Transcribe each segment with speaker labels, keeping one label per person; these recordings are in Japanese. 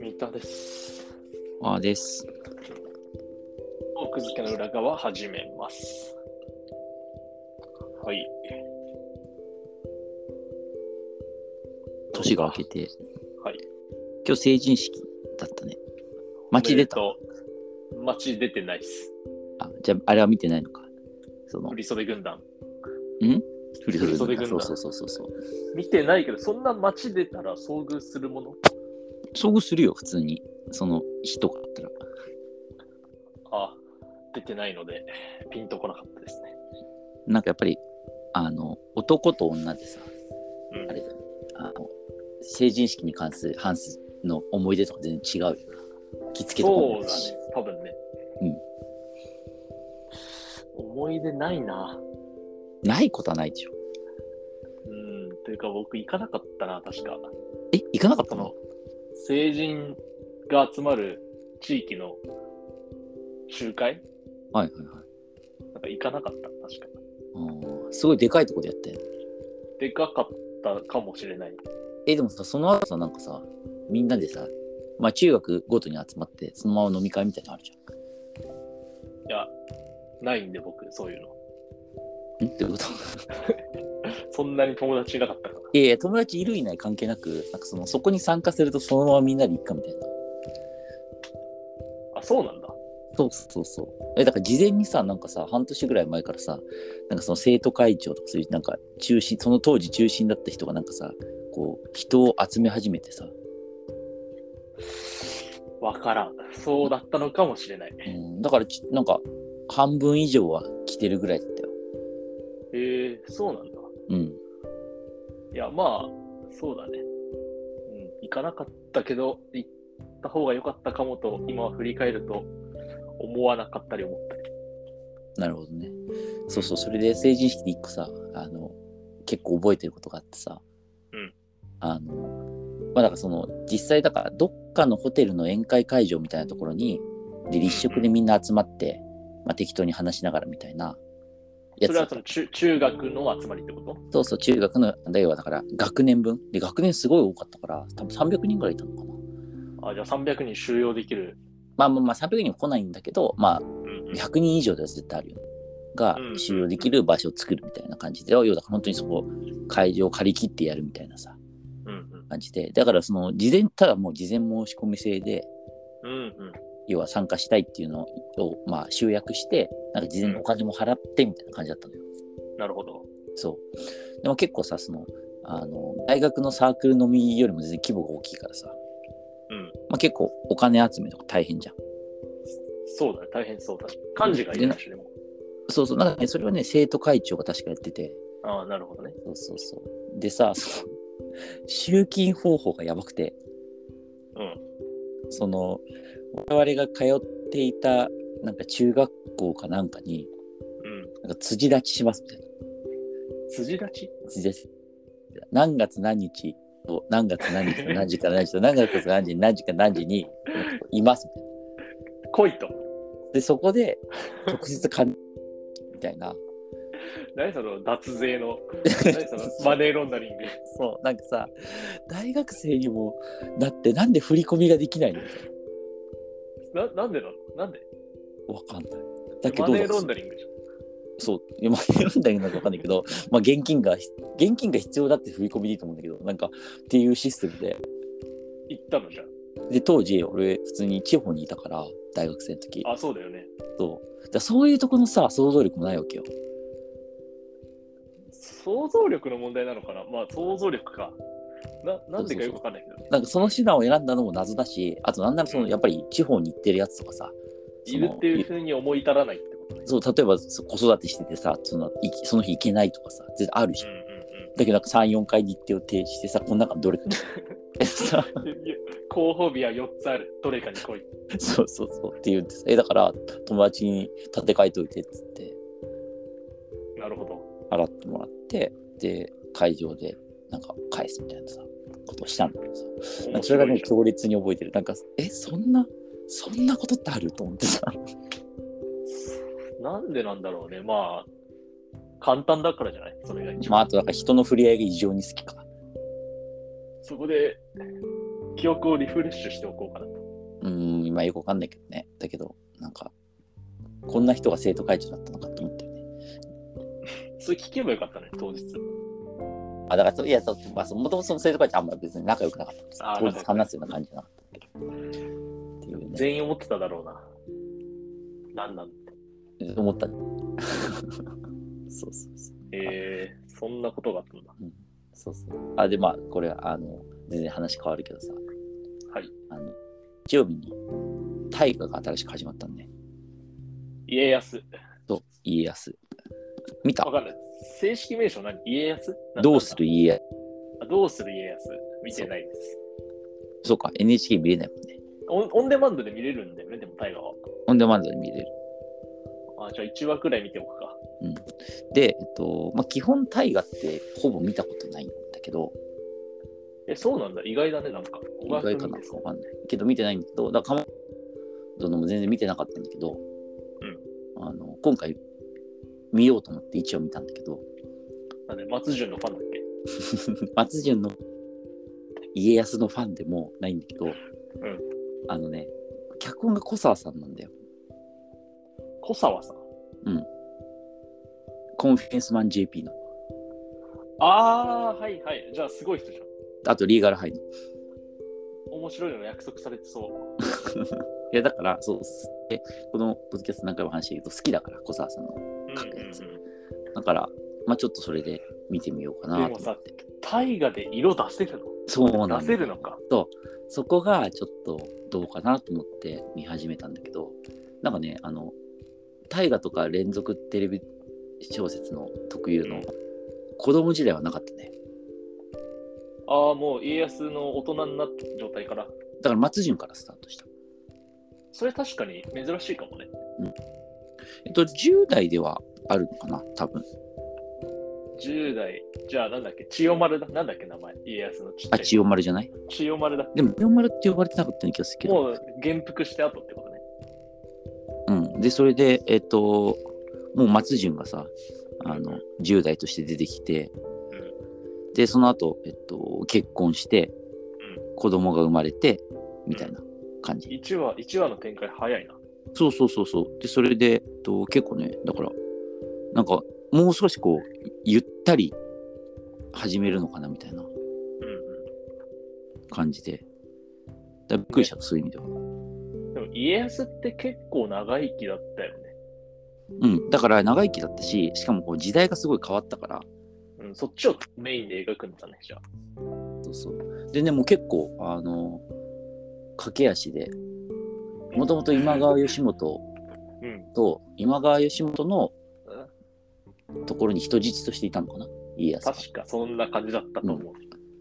Speaker 1: 三田です。
Speaker 2: あーです。
Speaker 1: 奥付けの裏側始めます。はい。
Speaker 2: 年が明けて。
Speaker 1: はい。
Speaker 2: 今日成人式だったね。街出た。
Speaker 1: おめでとう。街出てないっす。
Speaker 2: あ、じゃあ、あれは見てないのか。その
Speaker 1: 振、り袖軍団。
Speaker 2: 振り
Speaker 1: 振り袖
Speaker 2: 袖
Speaker 1: 軍団
Speaker 2: 軍団そうそうそうそう。
Speaker 1: 見てないけど、そんな街出たら遭遇するもの
Speaker 2: 遭遇するよ、普通に。その、人があったら。
Speaker 1: あ、出てないので、ピンとこなかったですね。
Speaker 2: なんかやっぱり、あの、男と女でさ、
Speaker 1: うん
Speaker 2: あれだよね。あの、成人式に関する、ハンスの思い出とか全然違うよな。着付けとかも
Speaker 1: そうだね
Speaker 2: し。、
Speaker 1: 多分ね。
Speaker 2: うん
Speaker 1: 思い出ないな。
Speaker 2: ないことはないでしょ。
Speaker 1: うん、というか僕行かなかったな、確か。
Speaker 2: え、行かなかった
Speaker 1: その
Speaker 2: の
Speaker 1: 成人が集まる地域の集会
Speaker 2: はいはいはい
Speaker 1: なんか行かなかった、確か。
Speaker 2: あー。すごいでかいとこでやったよね
Speaker 1: でかかったかもしれない。
Speaker 2: えでもさその後さなんかさみんなでさまあ中学ごとに集まってそのまま飲み会みたいなのあるじ
Speaker 1: いや、ないんで僕、そういうの。
Speaker 2: ゃん。んってこと
Speaker 1: そんなに友達いなかったから。
Speaker 2: いやいや友達いるいない関係なくなんかそのそこに参加するとそのままみんなで行くかみたいな。
Speaker 1: あ、そうなんだ。
Speaker 2: そうそうそう。えだから事前にさなんかさ半年ぐらい前からさなんかその生徒会長とかそういうなんか中心その当時中心だった人がなんかさこう人を集め始めてさ、
Speaker 1: わからん。そうだったのかもしれない。
Speaker 2: う
Speaker 1: へ
Speaker 2: ん、だからちなんか半分以上は来てるぐらいだったよ。
Speaker 1: えー、そうなんだ。
Speaker 2: うん。
Speaker 1: いや、まあ、そうだね。うん、行かなかったけど、行った方が良かったかもと、今は振り返ると、思わなかったり思ったり。
Speaker 2: なるほどね。そうそう、それで成人式で一個さ、あの、結構覚えてることがあってさ。
Speaker 1: うん
Speaker 2: あの、まあだからその、実際だから、どっかのホテルの宴会会場みたいなところに、で、立食でみんな集まって、まあ適当に話しながらみたいな。
Speaker 1: そ
Speaker 2: やつ
Speaker 1: れ
Speaker 2: だ
Speaker 1: は
Speaker 2: っ
Speaker 1: そ
Speaker 2: た
Speaker 1: の中中学の集まりってこと
Speaker 2: そうそう、中学の、だよ、だから、学年分。で、学年すごい多かったから、多分300人ぐらいいたのかな。
Speaker 1: あ、じゃあ300人収容できる。
Speaker 2: まあまあまあ、300人も来ないんだけど、まあ、
Speaker 1: うんうん
Speaker 2: 100人以上では絶対あるよ、ね、が
Speaker 1: うん
Speaker 2: 収容できる場所を作るみたいな感じで、要はだから本当にそこ会場を借り切ってやるみたいなさ
Speaker 1: うん
Speaker 2: 感じでだからその事前ただもう事前申し込み制で
Speaker 1: うんうんうん
Speaker 2: 要は参加したいっていうのを、まあ、集約してなんか事前にお金も払ってみたいな感じだったのよ、
Speaker 1: なるほど。
Speaker 2: そうでも結構さそのあの大学のサークルのみよりも全然規模が大きいからさ、
Speaker 1: うん
Speaker 2: まあ、結構お金集めとか大変じゃん
Speaker 1: そうだね、大変そうだ。漢字がいるし、でも。
Speaker 2: そうそうなんかねそれはね生徒会長が確かやってて
Speaker 1: ああ、なるほどね。
Speaker 2: そうそうそう。でさ、その集金方法がやばくて、
Speaker 1: うん。
Speaker 2: その、我々が通っていた、なんか中学校かなんかに、
Speaker 1: うん。
Speaker 2: なんか辻立ちしますみたい
Speaker 1: 辻立ち
Speaker 2: な。辻立ち。何月何日と、何月 何日と何時から何時と、何月何時、何時から何時に、いますみたいな。
Speaker 1: 来いと。
Speaker 2: で、そこで、直接かん、みたいな。
Speaker 1: 何その脱税の、 何そのマネーロンダリング。
Speaker 2: そう、なんかさ、大学生にもなって、なんで振り込みができないの
Speaker 1: ななんでなのなんで
Speaker 2: わかんない。だけど、
Speaker 1: マネーロンダリングじゃん。
Speaker 2: そう、いやまあ、 読んだけどなんかわかんないけど、まあ、現金が、現金が必要だって振り込みでいいと思うんだけど、なんか、っていうシステムで。
Speaker 1: 行ったのじゃん。
Speaker 2: で、当時、俺、普通に地方にいたから、大学生の時。
Speaker 1: あ、そうだよね。
Speaker 2: そう。だからそういうとこのさ、想像力もないわけよ。
Speaker 1: 想像力の問題なのかなまあ、想像力か。な、なんでかよくわかんないけどね。
Speaker 2: なんか、その手段を選んだのも謎だし、あと、なんなら、その、やっぱり、地方に行ってるやつとかさ、そ
Speaker 1: いる
Speaker 2: の
Speaker 1: っていうふうに思い至らないってことね。
Speaker 2: そう、例えば、そう子育てしててさ、その、いその日行けないとかさ、全然あるじゃん。
Speaker 1: うんうん
Speaker 2: だけど、なんか、3、4回日程を提示してさ、この中のど れかに。えさ
Speaker 1: うん。 いや候補日は4つある。どれかに来い。
Speaker 2: そうそうそうって言うんです。え、だから友達に立て替えといてっつって、
Speaker 1: なるほど。
Speaker 2: 洗ってもらって、で、会場でなんか返すみたいなさ、ことをしたんだけどさ。なん
Speaker 1: 面
Speaker 2: かそれが
Speaker 1: 白い
Speaker 2: ね、
Speaker 1: じゃん
Speaker 2: 強烈に覚えてる。なんか、え、そんな、そんなことってあると思ってさ。
Speaker 1: なんでなんだろうね。まあ、簡単だからじゃないそれが一番。
Speaker 2: まあ、あとなんか人の触れ合いが異常に好きか。
Speaker 1: そこで、記憶をリフレッシュしておこうかなと。
Speaker 2: うーん、今よくわかんないけどね。だけど、なんか、こんな人が生徒会長だったのかと思ったよね。
Speaker 1: それ聞けばよかったね、当日。
Speaker 2: あ、だからそう、いや、そうまあ、そもともとその生徒会長あんま別に仲良くなかったんです
Speaker 1: あー
Speaker 2: 当日話すような感じじゃなかったけど。っていうね、
Speaker 1: 全員思ってただろうな。なんなん
Speaker 2: 思った。 そうそうそう。
Speaker 1: えー、そんなことがあったんだ。
Speaker 2: そうそう。あ、で、まあ、これは、あの、全然話変わるけどさ、
Speaker 1: はい。
Speaker 2: あの、日曜日に大河が新しく始まったんで、
Speaker 1: 家康。
Speaker 2: そう、家康。見た
Speaker 1: わかんない。正式名称何家康なん
Speaker 2: どうする家康。
Speaker 1: あどうする家康見てないです。
Speaker 2: そうか、NHK 見れないもんね。
Speaker 1: オンオンデマンドで見れるんだよね、でも大河は。
Speaker 2: オンデマンドで見れる。
Speaker 1: あじゃあ1話くらい見ておくか。
Speaker 2: で、えっと、まあ、基本大河ってほぼ見たことないんだけど、
Speaker 1: え、そうなんだ。意外だね、なんか。
Speaker 2: 意外か
Speaker 1: 小川君
Speaker 2: な
Speaker 1: です
Speaker 2: わかんない。けど見てないんだけど、だから、かまどのも全然見てなかったんだけど、あの、今回見ようと思って一応見たんだけど、
Speaker 1: なんで、松潤のファンだっけ
Speaker 2: 松潤の家康のファンでもないんだけど、あのね脚本が小沢さんなんだよ
Speaker 1: 小沢さん。
Speaker 2: コンフィデンスマン JP の
Speaker 1: あー、はいはい。じゃあすごい人じゃん。
Speaker 2: あとリーガルハイのい
Speaker 1: 面白いの約束されてそう。
Speaker 2: やだからそうっすでこのポッドキャスト何回も話してるけど好きだから小沢さんの
Speaker 1: うん
Speaker 2: 確実
Speaker 1: うんうん
Speaker 2: だからまあちょっとそれで見てみようかなと
Speaker 1: でも
Speaker 2: 思
Speaker 1: さ
Speaker 2: って
Speaker 1: 大河で色出せる
Speaker 2: そうな
Speaker 1: の
Speaker 2: んだよ
Speaker 1: 出せるのか。
Speaker 2: そこがちょっとどうかなと思って見始めたんだけどなんかねあの大河とか連続テレビ小説の特有
Speaker 1: う
Speaker 2: の
Speaker 1: ん
Speaker 2: 子供時代はなかったね
Speaker 1: ああ、もう家康の大人になった状態から。
Speaker 2: だから松潤からスタートした
Speaker 1: それ確かに珍しいかもね。
Speaker 2: えっと10代ではあるのかな多分
Speaker 1: 10代、じゃあなんだっけ、千代丸だ。なんだっけ、名前。家康のちっちゃ
Speaker 2: あ
Speaker 1: い。
Speaker 2: 千代丸じゃない
Speaker 1: 千代丸だ。
Speaker 2: でも千代丸って呼ばれてなかったような気がするけど
Speaker 1: もう元服して後ってことね。
Speaker 2: うん、でそれでえっともう松潤がさあの10代として出てきて、でその後、えっと結婚して、子供が生まれてみたいな感じ、
Speaker 1: 1話、一話の展開早いな。
Speaker 2: そうそうそうそうでそれで、えっと、結構ねだからなんかもう少しこうゆったり始めるのかなみたいな
Speaker 1: う
Speaker 2: 感じでだびっくりしたそういう意味では。
Speaker 1: んうん。でも家康って結構長生きだったよね。
Speaker 2: うん、だから長生きだったししかもこう時代がすごい変わったから
Speaker 1: うん、そっちをメインで描くんだね、じゃあ。
Speaker 2: そうそうでねもう結構あの駆け足でもともと今川義元
Speaker 1: うん。
Speaker 2: と今川義元のところに人質としていたのかな家康が
Speaker 1: 確かそんな感じだったと思う。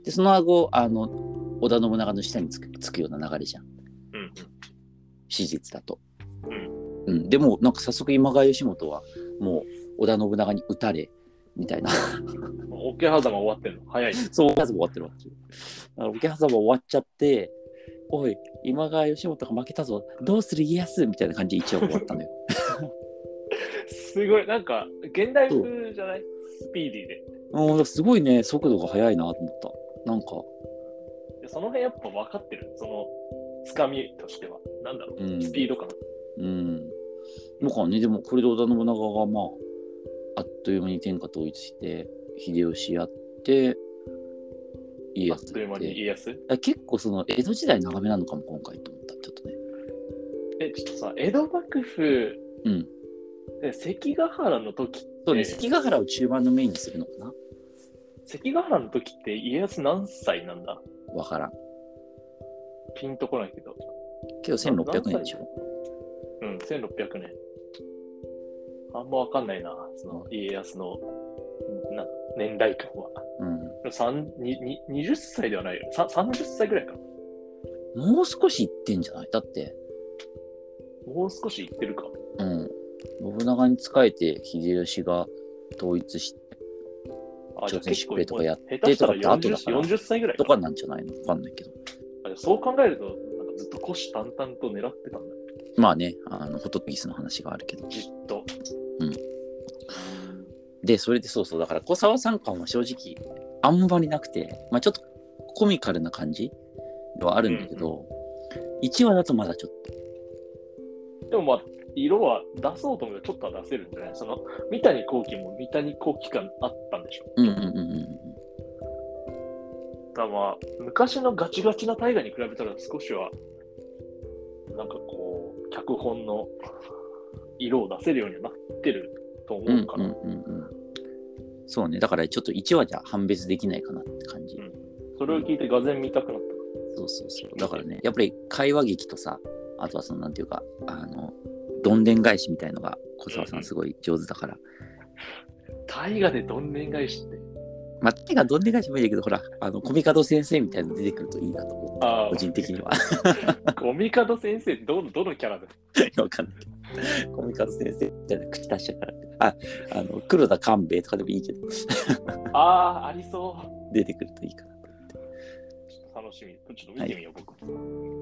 Speaker 2: でその後あの織田信長の下につくつくような流れじゃん
Speaker 1: うん。
Speaker 2: 史実だと、
Speaker 1: う
Speaker 2: うんでもなんか早速今川義元はもう織田信長に討たれみたいな
Speaker 1: 桶狭間終わってんの 早い。
Speaker 2: そう、桶狭間終わってるわけ。だから桶狭間終わっちゃって、おい、今川義元が負けたぞ、どうする家康みたいな感じで一応終わったのよ。
Speaker 1: すごい、なんか、現代風じゃないスピーディーで。
Speaker 2: うん、すごいね、速度が速いなと思った。なんか、
Speaker 1: でその辺やっぱ分かってる。その、つかみとしては。なんだろう、
Speaker 2: うん
Speaker 1: スピード感。
Speaker 2: うん。だからね、でもこれで織田信長がまあ、あっという間に天下統一して、秀吉やって、家
Speaker 1: あっ
Speaker 2: 康
Speaker 1: という間に
Speaker 2: やって。
Speaker 1: 家康
Speaker 2: だから結構その江戸時代長めなのかも今回と思った、ちょっとね。
Speaker 1: え、ちょっとさ、江戸幕府、
Speaker 2: うん。
Speaker 1: で関ヶ原の時って、
Speaker 2: そうね、関ヶ原を中盤のメインにするのかな
Speaker 1: 関ヶ原の時って家康何歳なんだ
Speaker 2: わからん。
Speaker 1: ピンとこないけど。
Speaker 2: けど1600年でしょ。
Speaker 1: うん、1600年。あんま分かんないな、その家康のな年代感は。
Speaker 2: うん。
Speaker 1: 三にに20歳ではないよ。さ30歳ぐらいかな。
Speaker 2: もう少し行ってんじゃないだって、
Speaker 1: もう少しいってるか。
Speaker 2: うん。信長に仕えて秀吉が統一し
Speaker 1: あ
Speaker 2: 朝鮮出兵とかやって
Speaker 1: 下手したら
Speaker 2: とかって後だ
Speaker 1: 40,
Speaker 2: から
Speaker 1: 40歳ぐらい
Speaker 2: と
Speaker 1: か
Speaker 2: かなんじゃないのわかんないけど。
Speaker 1: あそう考えると、なんかずっと虎視眈々と狙ってたんだね、
Speaker 2: まあね、あの、ホトトギスの話があるけど。
Speaker 1: じっと。
Speaker 2: うんで、それでそうそう、だから小沢さん感は正直、あんまりなくて、まあちょっとコミカルな感じではあるんだけど、1話だとまだちょっ
Speaker 1: でもまあ、色は出そうと思えばちょっとは出せるんじゃないその、三谷幸喜も三谷幸喜感あったんでしょ
Speaker 2: と、うんうんうんうん。
Speaker 1: だからまあ、昔のガチガチな大河に比べたら少しは、なんかこう、脚本の色を出せるようになってると思
Speaker 2: うん
Speaker 1: うか
Speaker 2: うん
Speaker 1: ら。
Speaker 2: うんうん。そうね、だからちょっと1話じゃ判別できないかなって感じ。
Speaker 1: それを聞いて、がぜん見たくなっ
Speaker 2: そうそうそう。だからね、やっぱり会話劇とさ、あとはそのなんていうか、あの、どんでん返しみたいのが小沢さんすごい上手だから。
Speaker 1: た。大河でどんねん返しって。
Speaker 2: まあ、手がどんでん返しもいいんだけど、ほら、あの、コミカド先生みたいなの出てくるといいなと思う。
Speaker 1: あ
Speaker 2: 個人的には。
Speaker 1: あ、 ゴミカド先生、どの、どのキャラです
Speaker 2: わかんないけど。コミカド先生みたいな口出しちゃうから。あ、あの、黒田官兵衛とかでもいいけど、
Speaker 1: かああ、ありそ
Speaker 2: 出てくるといいかなと。
Speaker 1: う。楽しみ。ちょっと見てみよう、僕も。